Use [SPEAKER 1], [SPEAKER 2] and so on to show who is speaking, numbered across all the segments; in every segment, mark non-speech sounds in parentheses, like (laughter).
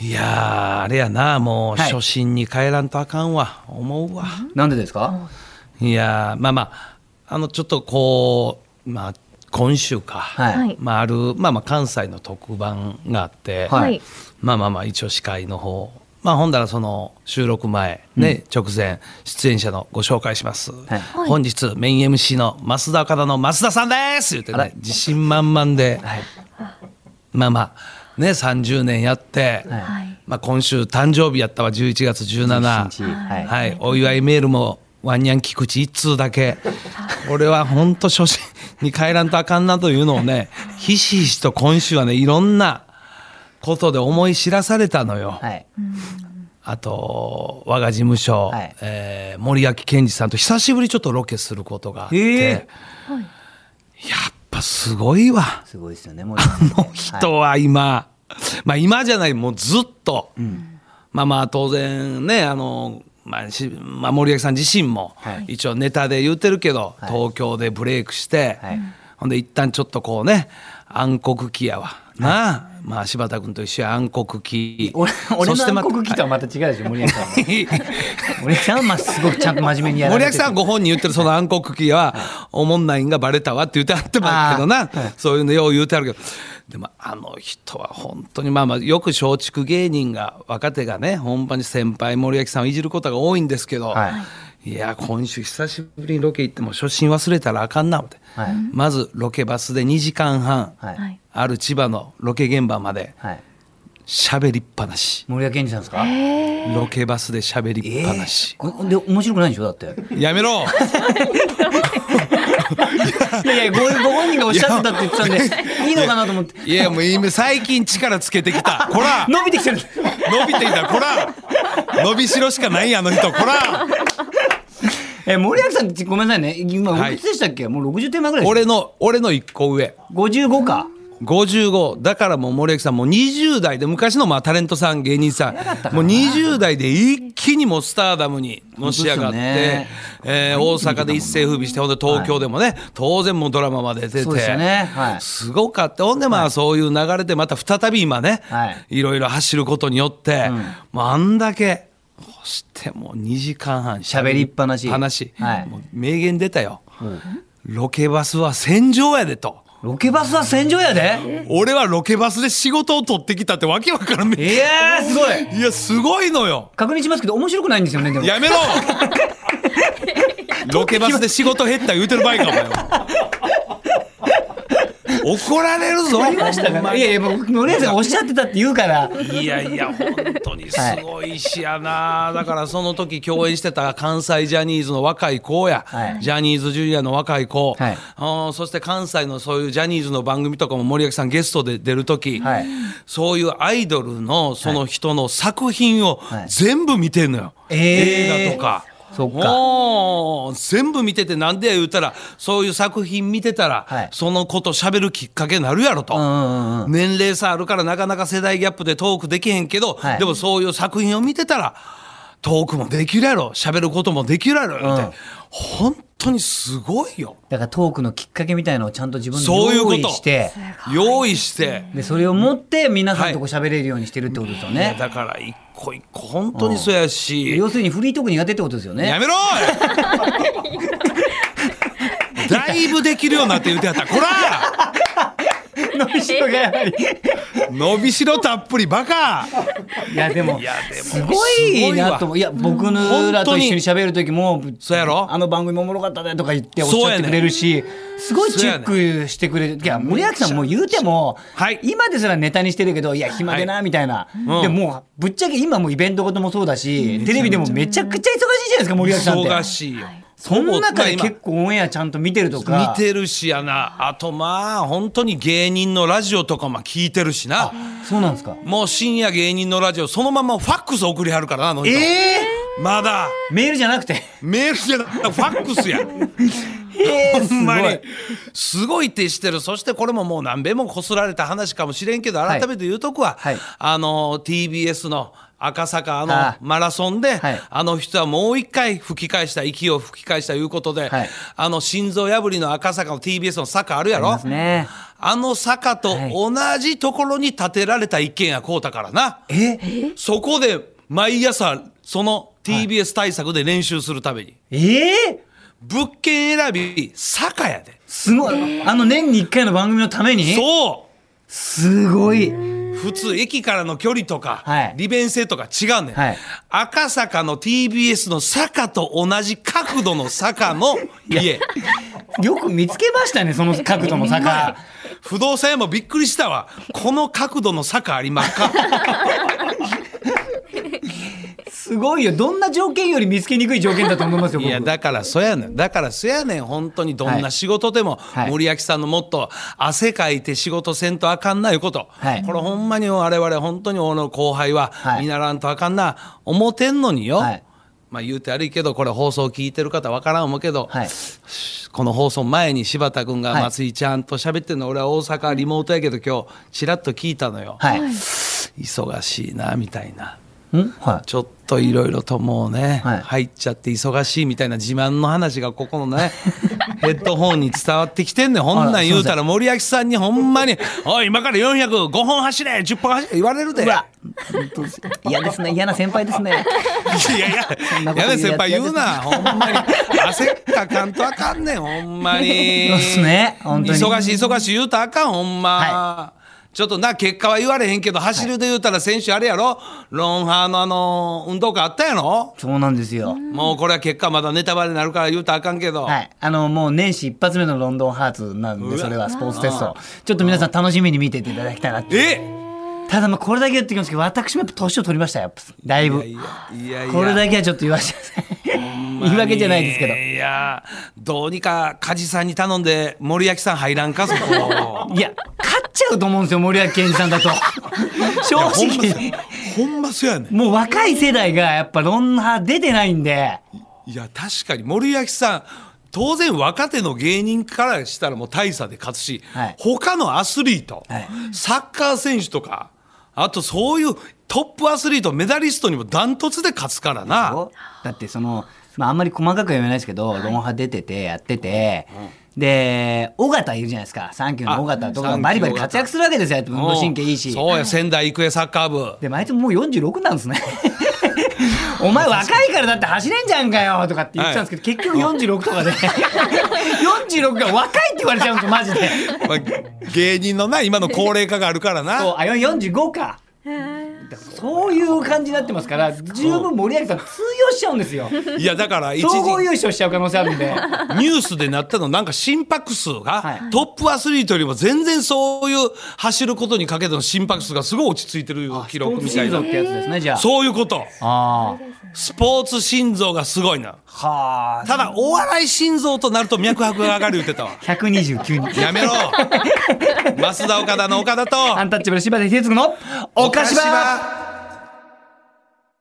[SPEAKER 1] いやーあれやなもう
[SPEAKER 2] はい
[SPEAKER 1] 初心に帰らんとあかんわ、思うわ
[SPEAKER 2] なんでですか
[SPEAKER 1] いやーまあまああのちょっとこうまあ今週か、
[SPEAKER 2] はい、
[SPEAKER 3] はい
[SPEAKER 1] まあ、ある、まあ、まあ関西の特番があって、
[SPEAKER 2] はい
[SPEAKER 3] はい。
[SPEAKER 1] まあまあまあ一応司会の方まあほんだらその収録前ね、直前出演者のご紹介します、
[SPEAKER 2] い
[SPEAKER 3] はい
[SPEAKER 1] 本日メイン MC の増田岡田の増田さんです言って
[SPEAKER 2] あら
[SPEAKER 1] ね自信満々で、
[SPEAKER 2] はい
[SPEAKER 1] まあまあね30年やって、
[SPEAKER 2] はい
[SPEAKER 3] はい。
[SPEAKER 1] まあ、今週誕生日やったわ11月17
[SPEAKER 2] 17はい
[SPEAKER 1] はい、お祝いメールもワンニャン菊池一通だけ俺は本当初心に帰らんとあかんなというのをねひしひしと今週はねいろんなことで思い知らされたのよ、
[SPEAKER 2] はい
[SPEAKER 1] あと我が事務所、
[SPEAKER 2] はい
[SPEAKER 1] えー森脇健児さんと久しぶりにちょっとロケすることがあって、
[SPEAKER 2] え
[SPEAKER 3] はい。
[SPEAKER 1] やっぱすごいわ
[SPEAKER 2] すごいですよね (laughs) もう
[SPEAKER 1] (laughs)
[SPEAKER 2] あ
[SPEAKER 1] の人は今、まあ今じゃないもうずっと、まあまあ当然ねあの、まあしまあ、森脇さん自身も
[SPEAKER 2] はい
[SPEAKER 1] 一応ネタで言ってるけど、
[SPEAKER 2] はい
[SPEAKER 1] 東京でブレイクして、
[SPEAKER 2] はい
[SPEAKER 1] ほんで一旦ちょっとこうね暗黒期やわなあ、まあ柴田君と一緒や暗黒期
[SPEAKER 2] 俺俺
[SPEAKER 1] そして
[SPEAKER 2] の
[SPEAKER 1] ま
[SPEAKER 2] 暗黒期
[SPEAKER 1] (laughs)
[SPEAKER 2] とはまた違うでしょ森脇さんは (laughs) 森脇さんはまあすごくちゃんと真面目にやら
[SPEAKER 1] 森
[SPEAKER 2] れ
[SPEAKER 1] 脇
[SPEAKER 2] て
[SPEAKER 1] さんご本人言ってるその暗黒期はおもんないんがバレたわって言ってあってもあるけどな、そういうのよう言うてあるけどでもあの人は本当にまあまあよく松竹芸人が若手がね本番に先輩森脇さんをいじることが多いんですけど、、
[SPEAKER 2] はい
[SPEAKER 1] や今週久しぶりにロケ行っても初心忘れたらあかんな思って、
[SPEAKER 2] はい
[SPEAKER 1] まずロケバスで2時間半、
[SPEAKER 2] はい
[SPEAKER 3] はい。
[SPEAKER 1] ある千葉のロケ現場まで
[SPEAKER 2] はい
[SPEAKER 1] 喋りっぱなし
[SPEAKER 2] 森脇健児さんですか
[SPEAKER 1] ロケバスで喋りっぱなし、
[SPEAKER 2] こで面白くないんでしょだって
[SPEAKER 1] やめろ
[SPEAKER 2] いやいやごご本人がおっしゃってたって言ってたんでいいのかなと思って
[SPEAKER 1] いやもう今最近力つけてきたこら
[SPEAKER 2] 伸びてきてる
[SPEAKER 1] 伸びてきたこら伸びしろしかないやあの人こら
[SPEAKER 2] え森脇さんってごめんなさいね今お
[SPEAKER 1] はい
[SPEAKER 2] いくつでしたっけ、もう60点前ぐらいで
[SPEAKER 1] 俺の俺の一個上
[SPEAKER 2] しょ55か
[SPEAKER 1] 55だからもう森脇さんもう20代で昔のまあタレントさん芸人さんもう20代で一気にもうスターダムにのし上がって、
[SPEAKER 2] 本当ですよね
[SPEAKER 1] えー大阪で一世風靡してほんで東京でもね、当然もうドラマまで出て
[SPEAKER 2] そうですよねはい
[SPEAKER 1] すごかったほんでまあそういう流れでまた再び今ね、
[SPEAKER 2] はい
[SPEAKER 1] い、ろいろ走ることによって、もうあんだけそしてもう2時間半
[SPEAKER 2] 喋りっぱなし
[SPEAKER 1] 話、
[SPEAKER 2] はい
[SPEAKER 1] もう名言出たよ、ロケバスは戦場やでと。
[SPEAKER 2] ロケバスは戦場やで
[SPEAKER 1] 俺はロケバスで仕事を取ってきたってわけわからん
[SPEAKER 2] い
[SPEAKER 1] い
[SPEAKER 2] やーすごい
[SPEAKER 1] やすごいのよ
[SPEAKER 2] 確認しますけど面白くないんですよねでも
[SPEAKER 1] や
[SPEAKER 2] (laughs)
[SPEAKER 1] めろロケバスで仕事減った言うてる場合か
[SPEAKER 2] (laughs)
[SPEAKER 1] お前怒られるぞ
[SPEAKER 2] いやいやもう森脇さんがおっしゃってたって言うから
[SPEAKER 1] いやいや本当にすごいしやな、だからその時共演してた関西ジャニーズの若い子や、
[SPEAKER 2] はい
[SPEAKER 1] ジャニーズジュニアの若い子、
[SPEAKER 2] はい
[SPEAKER 1] あーそして関西のそういうジャニーズの番組とかも森脇さんゲストで出る時、
[SPEAKER 2] はい
[SPEAKER 1] そういうアイドルのその人の作品を
[SPEAKER 2] はい
[SPEAKER 1] 全部見てんのよ、
[SPEAKER 2] えー
[SPEAKER 1] 映画とか。
[SPEAKER 2] そっか
[SPEAKER 1] もう全部見ててなんでや言うたらそういう作品見てたら、
[SPEAKER 2] はい
[SPEAKER 1] そのこと喋るきっかけになるやろと、
[SPEAKER 2] うんうんうん
[SPEAKER 1] 年齢差あるからなかなか世代ギャップでトークできへんけど、
[SPEAKER 2] はい
[SPEAKER 1] でもそういう作品を見てたらトークもできるやろ喋ることもできるやろみたいな、
[SPEAKER 2] うん
[SPEAKER 1] 本当にすごいよ
[SPEAKER 2] だからトークのきっかけみたいのをちゃんと自分で
[SPEAKER 1] そういうこ
[SPEAKER 2] 用
[SPEAKER 1] と
[SPEAKER 2] 意して
[SPEAKER 1] 用意して。
[SPEAKER 2] でそれを持って皆さんとこう喋れるようにしてるってことですよ
[SPEAKER 1] いや
[SPEAKER 2] ね、
[SPEAKER 1] だから一個一個本当にそうやし、
[SPEAKER 2] 要するにフリートーク苦手ってことですよね
[SPEAKER 1] やめろ
[SPEAKER 2] (laughs)
[SPEAKER 1] おいだいぶできるようになって言うてやったこら
[SPEAKER 2] (laughs) 伸びしろがやはり
[SPEAKER 1] 伸びしろたっぷりバカ
[SPEAKER 2] いやでも
[SPEAKER 1] いやでも
[SPEAKER 2] すごいなと思ういや僕のらと一緒に喋る時も
[SPEAKER 1] そうやろ
[SPEAKER 2] あの番組おもろかったねとか言っておっ
[SPEAKER 1] そう
[SPEAKER 2] しゃ
[SPEAKER 1] や
[SPEAKER 2] っ
[SPEAKER 1] ね
[SPEAKER 2] てくれるし、すごいチェックしてくれる、いや森脇さんもう言うても、
[SPEAKER 1] はい
[SPEAKER 2] 今ですらネタにしてるけどいや暇でなみたいな、
[SPEAKER 1] うん
[SPEAKER 2] でもうぶっちゃけ今もイベントごともそうだし、テレビでもめちゃくちゃ忙しいじゃないですか森脇さんって
[SPEAKER 1] 忙しいよ
[SPEAKER 2] その中で
[SPEAKER 1] ほぼまあ今
[SPEAKER 2] 結構オンエアちゃんと見てると
[SPEAKER 1] 見
[SPEAKER 2] か
[SPEAKER 1] てるしやなあとまあ本当に芸人のラジオとかも聞いてるしな
[SPEAKER 2] そうなんですか
[SPEAKER 1] もう深夜芸人のラジオそのままファックス送りはるからなあの人
[SPEAKER 2] ええ
[SPEAKER 1] まだ
[SPEAKER 2] メールじゃなくて
[SPEAKER 1] (laughs) メールじゃなくてファックスや
[SPEAKER 2] え
[SPEAKER 1] ほ
[SPEAKER 2] ー
[SPEAKER 1] んますにすごい手してるそしてこれももう何べんもこすられた話かもしれんけど
[SPEAKER 2] はい
[SPEAKER 1] 改めて言うとこは、
[SPEAKER 2] はい
[SPEAKER 1] あの TBS の赤坂あの
[SPEAKER 2] あ
[SPEAKER 1] マラソンで、
[SPEAKER 2] はい
[SPEAKER 1] あの人はもう一回吹き返した息を吹き返したいうことで、
[SPEAKER 2] はい
[SPEAKER 1] あの心臓破りの赤坂の TBS の坂あるやろ
[SPEAKER 2] ありますね
[SPEAKER 1] あの坂と同じところに建てられた一軒家こうたからな。
[SPEAKER 2] え
[SPEAKER 1] そこで毎朝その TBS 対策で練習するために、
[SPEAKER 2] えー
[SPEAKER 1] 物件選び坂やで、
[SPEAKER 2] すごいあの年に1回の番組のために
[SPEAKER 1] そ
[SPEAKER 2] すごいう
[SPEAKER 1] 普通駅からの距離とか、
[SPEAKER 2] はい
[SPEAKER 1] 利便性とか違うねん、
[SPEAKER 2] はい
[SPEAKER 1] 赤坂の TBS の坂と同じ角度の坂
[SPEAKER 2] (laughs)
[SPEAKER 1] の家
[SPEAKER 2] よく見つけましたねその角度の坂
[SPEAKER 1] 不動産屋もびっくりしたわこの角度の坂ありますか
[SPEAKER 2] すごいよどんな条件より見つけにくい条件だと思いますよ
[SPEAKER 1] い
[SPEAKER 2] 僕
[SPEAKER 1] やだからそやねんだからそやねん本当にどんな仕事でも、
[SPEAKER 2] はい
[SPEAKER 1] 森脇さんのもっと汗かいて仕事せんとあかんないうこと、
[SPEAKER 2] はい
[SPEAKER 1] これほんまに我々本当に俺の後輩は
[SPEAKER 2] はい
[SPEAKER 1] 見習わんとあかんな思ってんのによ、
[SPEAKER 2] はい
[SPEAKER 1] まあ言うて悪いけどこれ放送聞いてる方わからん思うけど、
[SPEAKER 2] はい
[SPEAKER 1] この放送前に柴田君が
[SPEAKER 2] はい
[SPEAKER 1] 松井ちゃんと喋ってるの、俺は大阪リモートやけど今日ちらっと聞いたのよ、
[SPEAKER 2] はい
[SPEAKER 1] 忙しいなみたいな。
[SPEAKER 2] んは
[SPEAKER 1] ちょっといろいろともうね、
[SPEAKER 2] はい
[SPEAKER 1] 入っちゃって忙しいみたいな自慢の話がここのね (laughs) ヘッドホンに伝わってきてんねんほんなん言うたら森脇さんにほんまに「おい今から405本走れ10本走れ」言われるで。
[SPEAKER 2] い
[SPEAKER 1] いう
[SPEAKER 2] わ
[SPEAKER 1] や
[SPEAKER 2] 本当 (laughs) 嫌ですね嫌な先輩ですね
[SPEAKER 1] いや
[SPEAKER 2] (laughs) んな
[SPEAKER 1] や
[SPEAKER 2] こと言うやつ
[SPEAKER 1] め先輩言うなほんまに汗かかんとあかんねんほんまに
[SPEAKER 2] そうっすね本当に
[SPEAKER 1] 忙しい忙しい言うたらあかんほんま、
[SPEAKER 2] は
[SPEAKER 1] ちょっとな結果は言われへんけど走るで言うたら選手あれやろロンハーのあの運動会あったやろ
[SPEAKER 2] そうなんですよ
[SPEAKER 1] もうこれは結果まだネタバレになるから言うたらあかんけど、
[SPEAKER 2] はい、あのもう年始一発目のロンドンハーツなんでそれはスポーツテストちょっと皆さん楽しみに見ていただきたいなって
[SPEAKER 1] え
[SPEAKER 2] (laughs) ただまあこれだけ言っておきますけど私もやっぱ年を取りましたよやっぱだいぶ
[SPEAKER 1] いやいやいや
[SPEAKER 2] これだけはちょっと言わせてください (laughs) 言い訳じゃないですけど
[SPEAKER 1] いやどうにか梶さんに頼んで森脇さん入らんかそ
[SPEAKER 2] (laughs)
[SPEAKER 1] こ
[SPEAKER 2] いや勝っちゃうと思うんですよ森脇健児さん (laughs) だと正
[SPEAKER 1] ほんまそ
[SPEAKER 2] 直
[SPEAKER 1] ほんまそやねん
[SPEAKER 2] もう若い世代がやっぱロンハー出てないんで
[SPEAKER 1] いや確かに森脇さん当然若手の芸人からしたらもう大差で勝つし、
[SPEAKER 2] はい
[SPEAKER 1] 他のアスリート、
[SPEAKER 2] はい
[SPEAKER 1] サッカー選手とかあとそういうトップアスリートメダリストにもダントツで勝つからな
[SPEAKER 2] だってその、まあ、あんまり細かくは言えないですけど、ロンハ出ててやってて、で尾形いるじゃないですかサンキューの尾形と
[SPEAKER 1] あ
[SPEAKER 2] か
[SPEAKER 1] サンキュー
[SPEAKER 2] バリバリ活躍するわけですよ運動神経いい
[SPEAKER 1] うん
[SPEAKER 2] し
[SPEAKER 1] そうや仙台育英サッカー部
[SPEAKER 2] でもあいつもう46なん (laughs) ですねお前若いからだって走れんじゃんかよとかって言ってたんですけど、結局46とかで (laughs) 46が若いって言われちゃうんですよマジで
[SPEAKER 1] まあ、芸人のな今の高齢化があるから
[SPEAKER 2] そう
[SPEAKER 1] な
[SPEAKER 2] あ45かそういう感じになってますから十分森脇さん通用しちゃうんですよ
[SPEAKER 1] いやだから一時
[SPEAKER 2] 総合優勝しちゃう可能性あるんで
[SPEAKER 1] ニュースでなったのなんか心拍数
[SPEAKER 2] は
[SPEAKER 1] が
[SPEAKER 2] い
[SPEAKER 1] トップアスリートよりも全然そういう走ることにかけての心拍数がすごい落ち着いてる記録みたい
[SPEAKER 2] 心臓
[SPEAKER 1] な
[SPEAKER 2] ってやつですねじゃあ
[SPEAKER 1] そういうこと
[SPEAKER 2] あー
[SPEAKER 1] スポーツ心臓がすごいな
[SPEAKER 2] はあ
[SPEAKER 1] ただお笑い心臓となると脈拍が上がる言ってた
[SPEAKER 2] (laughs)
[SPEAKER 1] わ
[SPEAKER 2] 129人
[SPEAKER 1] やめろ増田岡田の岡田と
[SPEAKER 2] アンタッチャブル柴田秀嗣の岡島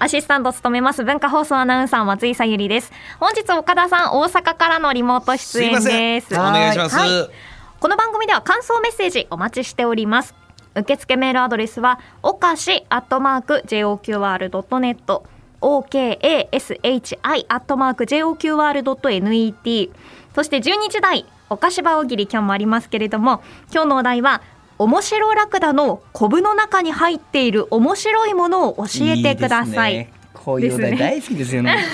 [SPEAKER 3] アシスタントを務めます文化放送アナウンサー松井さゆりです。本日岡田さん大阪からのリモート出
[SPEAKER 1] すいま
[SPEAKER 3] 演
[SPEAKER 1] せ
[SPEAKER 3] で
[SPEAKER 1] ん
[SPEAKER 3] す。
[SPEAKER 1] お願いします、
[SPEAKER 3] はいこの番組では感想メッセージお待ちしております。受付メールアドレスはおかしアットマーク JOQR.net OKASHI アットマーク JOQR.net そして12時台おかしば大喜利今日もありますけれども今日のお題は面白ラクダのコブの中に入っている面白いものを教えてください
[SPEAKER 2] いいですねこういうお題大好きですよね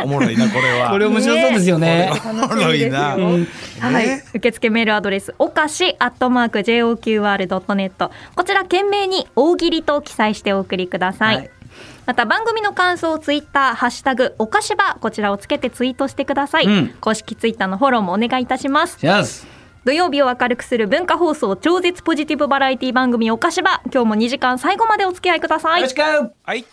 [SPEAKER 1] おもろいなこれは
[SPEAKER 2] これ面白そうですよね
[SPEAKER 1] おもろいな、
[SPEAKER 3] はい、
[SPEAKER 1] ね
[SPEAKER 3] 受付メールアドレスおかしアットマーク JOQR.net こちら懸命に大喜利と記載してお送りください、
[SPEAKER 2] はい
[SPEAKER 3] また番組の感想をツイッターハッシュタグおかしばこちらをつけてツイートしてください、
[SPEAKER 2] うん
[SPEAKER 3] 公式ツイッターのフォローもお願いいたします
[SPEAKER 2] じゃあす
[SPEAKER 3] 土曜日を明るくする文化放送超絶ポジティブバラエティ番組おかしば今日も2時間最後までお付き合いくださ
[SPEAKER 2] よろ
[SPEAKER 3] い
[SPEAKER 2] しく
[SPEAKER 1] はい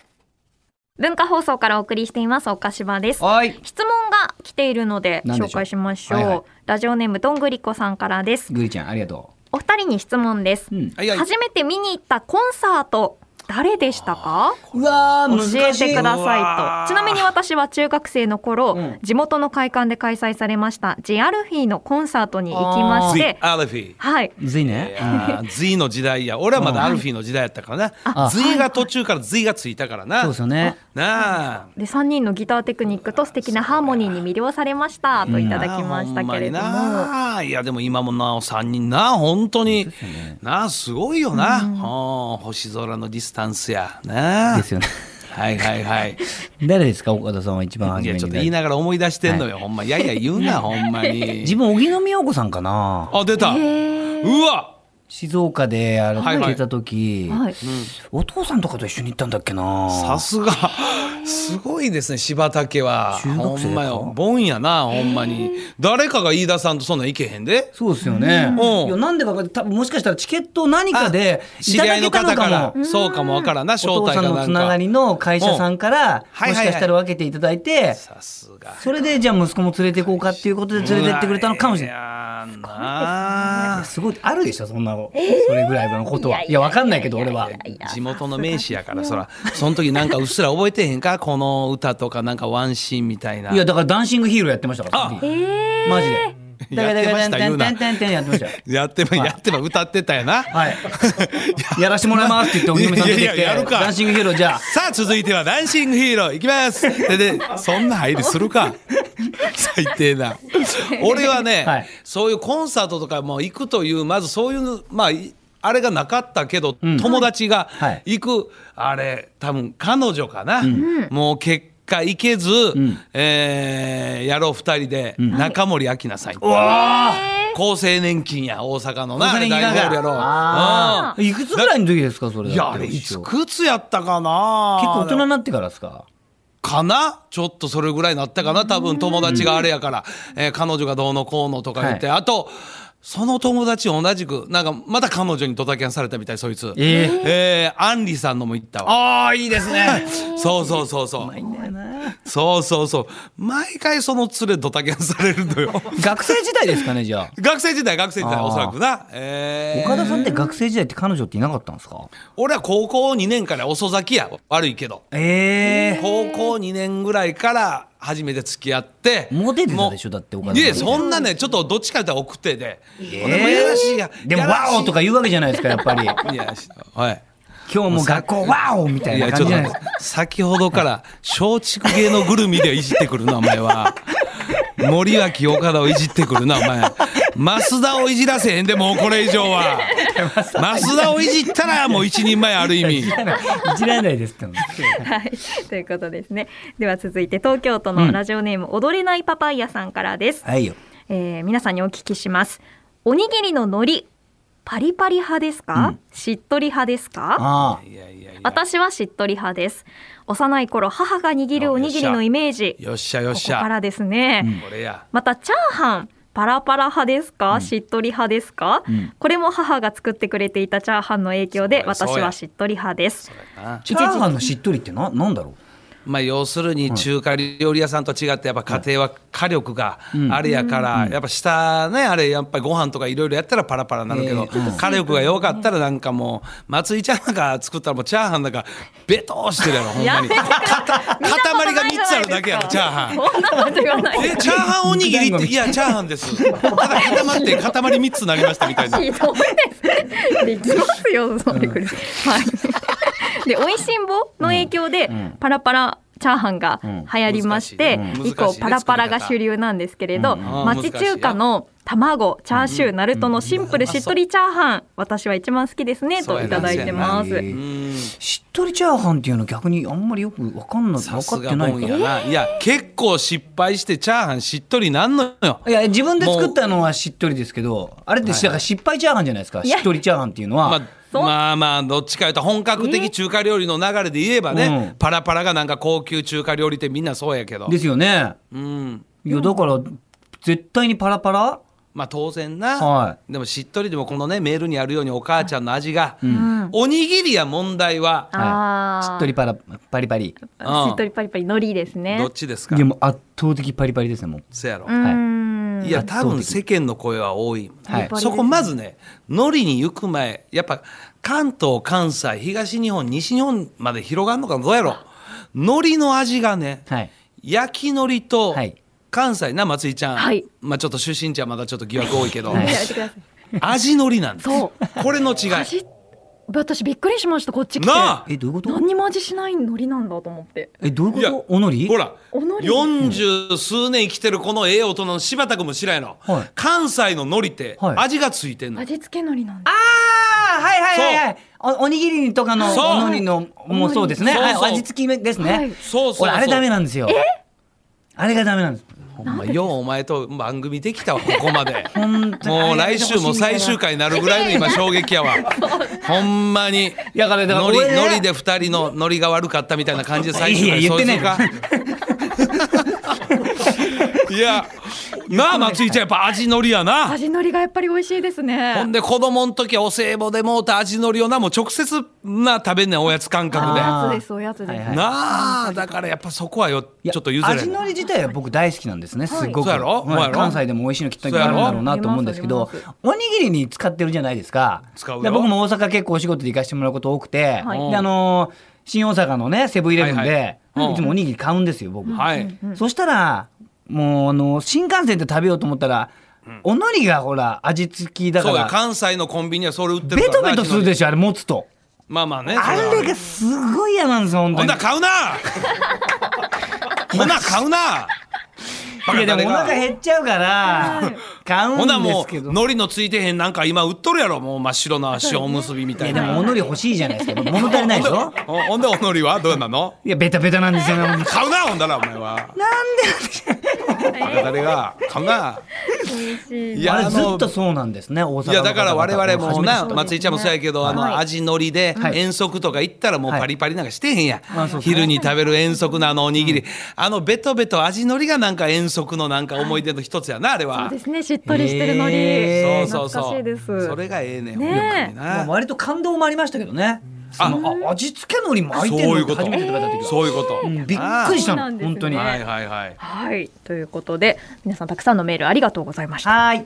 [SPEAKER 3] 文化放送からお送りしていますおかしばです
[SPEAKER 2] はい
[SPEAKER 3] 質問が来ているので
[SPEAKER 2] 何でしょう
[SPEAKER 3] 紹介しましょう
[SPEAKER 2] はいはい
[SPEAKER 3] ラジオネームどんぐりこさんからです
[SPEAKER 2] グリちゃんありがと
[SPEAKER 3] お二人に質問です、
[SPEAKER 2] ううん
[SPEAKER 1] はいはい
[SPEAKER 3] 初めて見に行ったコンサート誰でしたか
[SPEAKER 2] うわー
[SPEAKER 3] 教え
[SPEAKER 2] 難しい
[SPEAKER 3] てくだ
[SPEAKER 2] う
[SPEAKER 3] さ
[SPEAKER 1] わ
[SPEAKER 3] い
[SPEAKER 1] ー
[SPEAKER 3] とちなみに私は中学生の頃、
[SPEAKER 2] ん
[SPEAKER 3] 地元の会館で開催されましたジアルフィーのコンサートに行きまし
[SPEAKER 1] ズイ
[SPEAKER 3] て
[SPEAKER 1] アルフィー
[SPEAKER 3] はい
[SPEAKER 2] わずい
[SPEAKER 1] い
[SPEAKER 2] ね
[SPEAKER 1] やーズイの時代や俺はまだアルフィーの時代やったから
[SPEAKER 2] あ
[SPEAKER 1] なズイが途中からズイがついたからな
[SPEAKER 2] そうですよね
[SPEAKER 1] なあ
[SPEAKER 3] で3人のギターテクニックと素敵なハーモニーに魅了されましたといただきましたけれども、
[SPEAKER 1] なあほんまにないやでも今もなお三人な本当になあすごいよな、うん星空のディスタンスやなあ
[SPEAKER 2] ですよね
[SPEAKER 1] はいはいはい
[SPEAKER 2] 誰ですか岡田さんは一番
[SPEAKER 1] い
[SPEAKER 2] 初め
[SPEAKER 1] や
[SPEAKER 2] に
[SPEAKER 1] ちょっと言いながら思い出してんのよ、ほんまいやいや言うなほんまに
[SPEAKER 2] 自分荻野目洋子さんかな
[SPEAKER 1] あ出た
[SPEAKER 3] へ
[SPEAKER 1] う
[SPEAKER 3] え
[SPEAKER 1] わ
[SPEAKER 2] 静岡であれ
[SPEAKER 1] はいはい
[SPEAKER 2] 出た時、
[SPEAKER 3] はい、
[SPEAKER 2] お父さんとかと一緒に行ったんだっけな
[SPEAKER 1] さすがすごいですね柴竹は
[SPEAKER 2] 中学生
[SPEAKER 1] ほ
[SPEAKER 2] か
[SPEAKER 1] んまよボンやなほんまに誰かが飯田さんとそんなんいけへんで
[SPEAKER 2] そうですよね、
[SPEAKER 1] うん
[SPEAKER 2] いやなんでか多分もしかしたらチケットを何かでい
[SPEAKER 1] 知
[SPEAKER 2] た
[SPEAKER 1] り合
[SPEAKER 2] だ
[SPEAKER 1] い
[SPEAKER 2] け
[SPEAKER 1] の
[SPEAKER 2] たの
[SPEAKER 1] 方か
[SPEAKER 2] からも
[SPEAKER 1] そうかもわからんな
[SPEAKER 2] お
[SPEAKER 1] 招
[SPEAKER 2] 父
[SPEAKER 1] 待
[SPEAKER 2] さ
[SPEAKER 1] が
[SPEAKER 2] んの
[SPEAKER 1] な
[SPEAKER 2] つ
[SPEAKER 1] ん
[SPEAKER 2] なが
[SPEAKER 1] か
[SPEAKER 2] りの会社さんから
[SPEAKER 1] はいはいはい
[SPEAKER 2] もしかしたら分けていただいて
[SPEAKER 1] さすが
[SPEAKER 2] それでじゃあ息子も連れて行こうかっていうことで連れてってくれたのかもしれない
[SPEAKER 1] ないやーなあ
[SPEAKER 2] すごいあるでしょそんなのそれぐらいのことはいやわかんないけど俺は
[SPEAKER 1] 地元の名士やからそらその時なんかうっすら覚えてへんかこの歌とかなんかワンシーンみたいない
[SPEAKER 2] やだからダンシングヒーローやってましたから
[SPEAKER 1] あ
[SPEAKER 2] マジで
[SPEAKER 1] やってま
[SPEAKER 2] ダ
[SPEAKER 1] し
[SPEAKER 2] ン
[SPEAKER 1] た
[SPEAKER 2] ダ
[SPEAKER 1] 言う
[SPEAKER 2] ンダ
[SPEAKER 1] な
[SPEAKER 2] ンダンダンやってましたよ
[SPEAKER 1] やってばやってば歌ってたやな (laughs)
[SPEAKER 2] はいやらしてもらいますって言ってお嫁さん出てき
[SPEAKER 1] いやいやや
[SPEAKER 2] て
[SPEAKER 1] るか
[SPEAKER 2] ダンシングヒーローじゃあ
[SPEAKER 1] さあ続いてはダンシングヒーローいきますででそんな入りする
[SPEAKER 2] (laughs)
[SPEAKER 1] か最低な俺はね、
[SPEAKER 2] はい
[SPEAKER 1] そういうコンサートとかも行くというまずそういうまあいあれがなかったけど、友達が
[SPEAKER 2] はい
[SPEAKER 1] 行く、あれ多分彼女かな、もう結果行けず、えーやろう二人で中森明菜さん行った、厚生年金や大阪のな
[SPEAKER 2] それに
[SPEAKER 1] 大ホールやろう
[SPEAKER 2] あ
[SPEAKER 1] う
[SPEAKER 2] ーいくつぐらいの時ですかそれ
[SPEAKER 1] んいやあれいくつやったかな
[SPEAKER 2] 結構大人になってからですか
[SPEAKER 1] かなちょっとそれぐらいなったかな多分友達があれやから、えー彼女がどうのこうのとか言って、あとその友達同じくなんかまた彼女にドタキャンされたみたいそいつえ
[SPEAKER 2] ええ
[SPEAKER 1] えー、アンリさんのも行ったわ
[SPEAKER 2] ああいいですね
[SPEAKER 1] そうそうそうそう
[SPEAKER 2] いいんだよな
[SPEAKER 1] そうそうそう毎回その連れドタキャンされるの
[SPEAKER 2] (laughs)
[SPEAKER 1] よ
[SPEAKER 2] 学生時代ですかねじゃあ
[SPEAKER 1] 学生時代学生時代
[SPEAKER 2] あー
[SPEAKER 1] おそらくな、えー
[SPEAKER 2] 岡田さんって学生時代って彼女っていなかったんですか
[SPEAKER 1] 俺は高校2年から遅咲きや悪いけど
[SPEAKER 2] ええ
[SPEAKER 1] 高校2年ぐらいから初めて付き合って
[SPEAKER 2] モテて
[SPEAKER 1] も
[SPEAKER 2] た
[SPEAKER 1] う
[SPEAKER 2] でしょだって岡田
[SPEAKER 1] い
[SPEAKER 2] さん
[SPEAKER 1] やそんなねちょっとどっちかというと奥手で、
[SPEAKER 2] え
[SPEAKER 1] 俺もやらしいや
[SPEAKER 2] でも
[SPEAKER 1] やらしい
[SPEAKER 2] ワオとか言うわけじゃないですかやっぱり
[SPEAKER 1] (laughs) いやしはい
[SPEAKER 2] 今日も学校ワオみたい
[SPEAKER 1] い
[SPEAKER 2] な
[SPEAKER 1] やちょ
[SPEAKER 2] 感じ
[SPEAKER 1] っ
[SPEAKER 2] じ
[SPEAKER 1] と
[SPEAKER 2] ゃ
[SPEAKER 1] 待
[SPEAKER 2] ない
[SPEAKER 1] っ
[SPEAKER 2] です
[SPEAKER 1] て
[SPEAKER 2] か
[SPEAKER 1] 先ほどから松竹芸能ぐるみでいじってくるなお前
[SPEAKER 2] (laughs)
[SPEAKER 1] は森脇岡田をいじってくるなお前増田をいじらせへんでもうこれ以上は増田をいじったらもう一人前ある意味
[SPEAKER 2] (laughs) いじられないですって
[SPEAKER 1] (laughs)
[SPEAKER 2] の
[SPEAKER 3] はい、という (laughs) ことですね。では続いて東京都のラジオネーム、踊れないパパイヤさんからです、
[SPEAKER 2] はいよ
[SPEAKER 3] えー皆さんにお聞きします。おにぎりの海苔、パリパリ派ですか、しっとり派ですか
[SPEAKER 2] あ
[SPEAKER 1] いやいやいや
[SPEAKER 3] 私はしっとり派です。幼い頃、母が握るおにぎりのイメージ、
[SPEAKER 1] よっしゃよっ
[SPEAKER 3] ここ
[SPEAKER 1] し
[SPEAKER 3] か
[SPEAKER 1] ゃ
[SPEAKER 3] らですね。
[SPEAKER 1] これや
[SPEAKER 3] またチャーハンパラパラ派ですか、しっとり派ですか、
[SPEAKER 2] ん
[SPEAKER 3] これも母が作ってくれていたチャーハンの影響で
[SPEAKER 1] そうやそう
[SPEAKER 3] 私
[SPEAKER 1] や
[SPEAKER 3] はしっとり派です
[SPEAKER 1] これな
[SPEAKER 2] あチャーハンのしっとりってななんだろ
[SPEAKER 1] まあ、要するに中華料理屋さんと違ってやっぱ家庭は火力があれやからやっぱ下ねあれやっぱりご飯とかいろいろやったらパラパラになるけど
[SPEAKER 2] ええ
[SPEAKER 1] 火力が弱かったらなんかもう松井ちゃんなんか作ったらもうチャーハンなんかベトーしてるやろほんま
[SPEAKER 3] やめ
[SPEAKER 1] に
[SPEAKER 3] てください
[SPEAKER 1] 塊が3つあるだけやろチャーハン。
[SPEAKER 3] そんなこと言わない
[SPEAKER 1] えチャーハンおにぎりっていやチャーハンですただ固まって塊3つになりましたみたい
[SPEAKER 3] (laughs)
[SPEAKER 1] な
[SPEAKER 3] ひどいですできますよそんでくる、はいで美味しんぼの影響で、パラパラチャーハンが流行りまして、
[SPEAKER 1] うん難しいうん
[SPEAKER 3] 以降
[SPEAKER 1] 難しいね
[SPEAKER 3] パラパラが主流なんですけれど、
[SPEAKER 2] 作
[SPEAKER 1] り方うん
[SPEAKER 3] 町中華の卵チャーシュー、ナルトのシンプルしっとりチャーハン、私は一番好きですね
[SPEAKER 1] そう
[SPEAKER 3] と
[SPEAKER 1] や
[SPEAKER 3] い
[SPEAKER 1] な
[SPEAKER 3] ただいてま
[SPEAKER 2] そうや
[SPEAKER 3] す
[SPEAKER 2] な
[SPEAKER 1] うん
[SPEAKER 2] うしっとりチャーハンっていうの逆にあんまりよくわかんない
[SPEAKER 1] さ
[SPEAKER 2] 分か
[SPEAKER 1] す
[SPEAKER 2] っ
[SPEAKER 1] が
[SPEAKER 2] てない
[SPEAKER 1] もん
[SPEAKER 2] か
[SPEAKER 1] やな
[SPEAKER 2] ら
[SPEAKER 1] いや結構失敗してチャーハンしっとりなんのよ
[SPEAKER 2] いや自分で作ったのはしっとりですけどあれってだから失敗チャーハンじゃないですか
[SPEAKER 3] いや
[SPEAKER 2] しっとりチャーハンっていうのは、
[SPEAKER 1] まあ、
[SPEAKER 3] そう
[SPEAKER 1] まあまあどっちかいうと本格的中華料理の流れで言えばね、
[SPEAKER 2] うん
[SPEAKER 1] パラパラがなんか高級中華料理ってみんなそうやけど
[SPEAKER 2] ですよね
[SPEAKER 1] うん
[SPEAKER 2] いやだから絶対にパラパラ
[SPEAKER 1] まあ当然な、
[SPEAKER 2] は
[SPEAKER 1] でもしっとりでもこのねメールにあるようにお母ちゃんの味が、おにぎりや問題は、
[SPEAKER 3] あ
[SPEAKER 2] はい、
[SPEAKER 3] ー
[SPEAKER 2] しっとりパラパリパリ
[SPEAKER 1] うん
[SPEAKER 3] しっとりパリパリ海苔ですね
[SPEAKER 1] どっちですか
[SPEAKER 2] いやもう圧倒的パリパリですねもう
[SPEAKER 1] そやろ、
[SPEAKER 3] うーん
[SPEAKER 1] いや多分世間の声は多い、
[SPEAKER 2] はい
[SPEAKER 1] そこまずね海苔に行く前やっぱ関東関西東日本西日本まで広がるのかどうやろ海苔の味がね、
[SPEAKER 2] はい
[SPEAKER 1] 焼き海苔と
[SPEAKER 2] はい
[SPEAKER 1] 関西な松井ちゃん、
[SPEAKER 3] はい
[SPEAKER 1] まあ、ちょっと出身地はまだちょっと疑惑多いけど、
[SPEAKER 2] はい
[SPEAKER 3] やめてください
[SPEAKER 1] 味海苔なんです
[SPEAKER 3] そ
[SPEAKER 1] これの違いな
[SPEAKER 3] 味私びっくりしましたこっち来て
[SPEAKER 1] あ
[SPEAKER 2] えどういうこと
[SPEAKER 3] 何にも味しない海苔なんだと思って
[SPEAKER 2] えどういうこ
[SPEAKER 1] いや
[SPEAKER 2] とおのり
[SPEAKER 1] ほら
[SPEAKER 3] おのり
[SPEAKER 1] 四十数年生きてるこのええ大人の柴田君も知らんやろ、
[SPEAKER 2] はい
[SPEAKER 1] 関西の海苔って
[SPEAKER 2] はい
[SPEAKER 1] 味がついてんの、
[SPEAKER 3] 味付け海苔なん
[SPEAKER 2] あ
[SPEAKER 3] だ
[SPEAKER 2] あはいはいはいはいおおにぎりとかの
[SPEAKER 1] そう
[SPEAKER 2] おのりのもうそうですね
[SPEAKER 1] そうそう
[SPEAKER 2] はい味付きですね、
[SPEAKER 3] は
[SPEAKER 1] そ
[SPEAKER 3] い
[SPEAKER 1] うそうそう
[SPEAKER 2] 俺あれダメなんですよあれがダメなんです
[SPEAKER 1] ほんまようお前と番組できたわここまで
[SPEAKER 2] 本当に
[SPEAKER 1] もう来週も最終回になるぐらいの今衝撃や
[SPEAKER 2] (laughs)
[SPEAKER 1] わほんまに
[SPEAKER 2] いやだからだから
[SPEAKER 1] ノリ
[SPEAKER 2] 俺ら
[SPEAKER 1] ノリで二人のノリが悪かったみたいな感じで最
[SPEAKER 2] (laughs) い
[SPEAKER 1] 終
[SPEAKER 2] や
[SPEAKER 1] 回
[SPEAKER 2] いや言ってねえ
[SPEAKER 1] そうするか
[SPEAKER 2] (laughs)
[SPEAKER 1] いやなあ松井ちゃんやっぱ味のりやな
[SPEAKER 3] 味海苔がやっぱり美味しいです
[SPEAKER 1] ほ
[SPEAKER 3] ね
[SPEAKER 1] んで子供の時はお歳暮でもうた味のりをなもう直接な食べんねんおやつ感覚で
[SPEAKER 2] あ
[SPEAKER 3] おやつですおやつです、
[SPEAKER 2] はいはい
[SPEAKER 1] なあだからやっぱそこはよ
[SPEAKER 2] いや
[SPEAKER 1] ちょっと譲れない
[SPEAKER 2] 味のり自体は僕大好きなんですね、
[SPEAKER 3] はい
[SPEAKER 2] すごく
[SPEAKER 1] そうやろ
[SPEAKER 2] はい
[SPEAKER 1] そうやろ
[SPEAKER 2] 関西でも美味しいのきっといっぱいあるんだろうなと思うんですけど
[SPEAKER 3] そうやろ
[SPEAKER 2] おにぎりに使ってるじゃないですか
[SPEAKER 1] 使うよ
[SPEAKER 2] で僕も大阪結構お仕事で行かせてもらうこと多くて、
[SPEAKER 3] はい
[SPEAKER 2] であのー新大阪のねセブンイレブンで、
[SPEAKER 1] はい
[SPEAKER 2] い
[SPEAKER 1] はいうん
[SPEAKER 2] つもおにぎり買うんですよ僕、
[SPEAKER 1] はい
[SPEAKER 2] そしたらもうあの新幹線で食べようと思ったら、おのりがほら味付きだか
[SPEAKER 1] そうや
[SPEAKER 2] ら
[SPEAKER 1] 関西のコンビニはそれ売ってる
[SPEAKER 2] ベ
[SPEAKER 1] から
[SPEAKER 2] ト
[SPEAKER 1] な
[SPEAKER 2] ベトするでしょあれ持つと
[SPEAKER 1] まあまあね
[SPEAKER 2] あ
[SPEAKER 1] そ
[SPEAKER 2] れ
[SPEAKER 1] は
[SPEAKER 2] がすごい嫌なんですよ本当
[SPEAKER 1] ほん
[SPEAKER 2] に
[SPEAKER 1] なら買うな
[SPEAKER 2] (laughs)
[SPEAKER 1] ほんなら買うない
[SPEAKER 2] やでもお腹
[SPEAKER 1] バカだね
[SPEAKER 2] 減っちゃうから買
[SPEAKER 1] ほ
[SPEAKER 2] うん
[SPEAKER 1] なら
[SPEAKER 2] んで
[SPEAKER 1] も
[SPEAKER 2] す
[SPEAKER 1] う
[SPEAKER 2] けど
[SPEAKER 1] 海苔のついてへんなんか今売っとるやろもう真っ白な塩結びみた
[SPEAKER 2] い
[SPEAKER 1] い
[SPEAKER 2] やで
[SPEAKER 1] な
[SPEAKER 2] もおのり欲しいじゃないで
[SPEAKER 1] (laughs)
[SPEAKER 2] すか物足りないでしょ
[SPEAKER 1] ほほんでおのりはどうなの
[SPEAKER 2] いやベタベタなんですよね本当に
[SPEAKER 1] 買 (laughs) うなほんだらお前はなんでバカ誰が買うな
[SPEAKER 3] 美味しい
[SPEAKER 1] いや
[SPEAKER 2] あれ
[SPEAKER 1] あ
[SPEAKER 2] ず
[SPEAKER 1] の
[SPEAKER 2] っとそうなんですね大阪の方々
[SPEAKER 1] いやだから我々もな
[SPEAKER 3] 初めて
[SPEAKER 1] 松井ちゃんもそうやけど、あ
[SPEAKER 3] はい
[SPEAKER 1] の味のりで
[SPEAKER 2] はい
[SPEAKER 1] 遠足とか行ったらもう
[SPEAKER 2] はい
[SPEAKER 1] パリパリなんかしてへんや、
[SPEAKER 2] あそうそう
[SPEAKER 1] 昼に食べる遠足のあのおにぎり、あのベトベト味のりがなんか遠足のなんか思い出の一つやなあれ
[SPEAKER 3] そう
[SPEAKER 1] は
[SPEAKER 3] で、すねしっとりしてる海苔
[SPEAKER 2] へ
[SPEAKER 1] そ
[SPEAKER 2] ー
[SPEAKER 1] うそう
[SPEAKER 3] 懐
[SPEAKER 1] そ
[SPEAKER 3] かしいで
[SPEAKER 1] う
[SPEAKER 3] す
[SPEAKER 1] それがええねん、
[SPEAKER 3] ねえ
[SPEAKER 1] ほんまに
[SPEAKER 2] まあ
[SPEAKER 1] な
[SPEAKER 2] 割と感動もありましたけどね
[SPEAKER 1] あ
[SPEAKER 2] ああ味付けのりも開いてる
[SPEAKER 1] そうい
[SPEAKER 2] の
[SPEAKER 1] う
[SPEAKER 2] っ
[SPEAKER 1] こ
[SPEAKER 2] て
[SPEAKER 1] と
[SPEAKER 2] 初めて食べた時は
[SPEAKER 1] そういうこと、
[SPEAKER 2] うんびっくりした
[SPEAKER 3] そうな
[SPEAKER 2] の
[SPEAKER 3] んですね
[SPEAKER 2] 本当に
[SPEAKER 1] はい
[SPEAKER 2] は
[SPEAKER 1] はいはい
[SPEAKER 3] はいということで皆さんたくさんのメールありがとうございました
[SPEAKER 2] ーい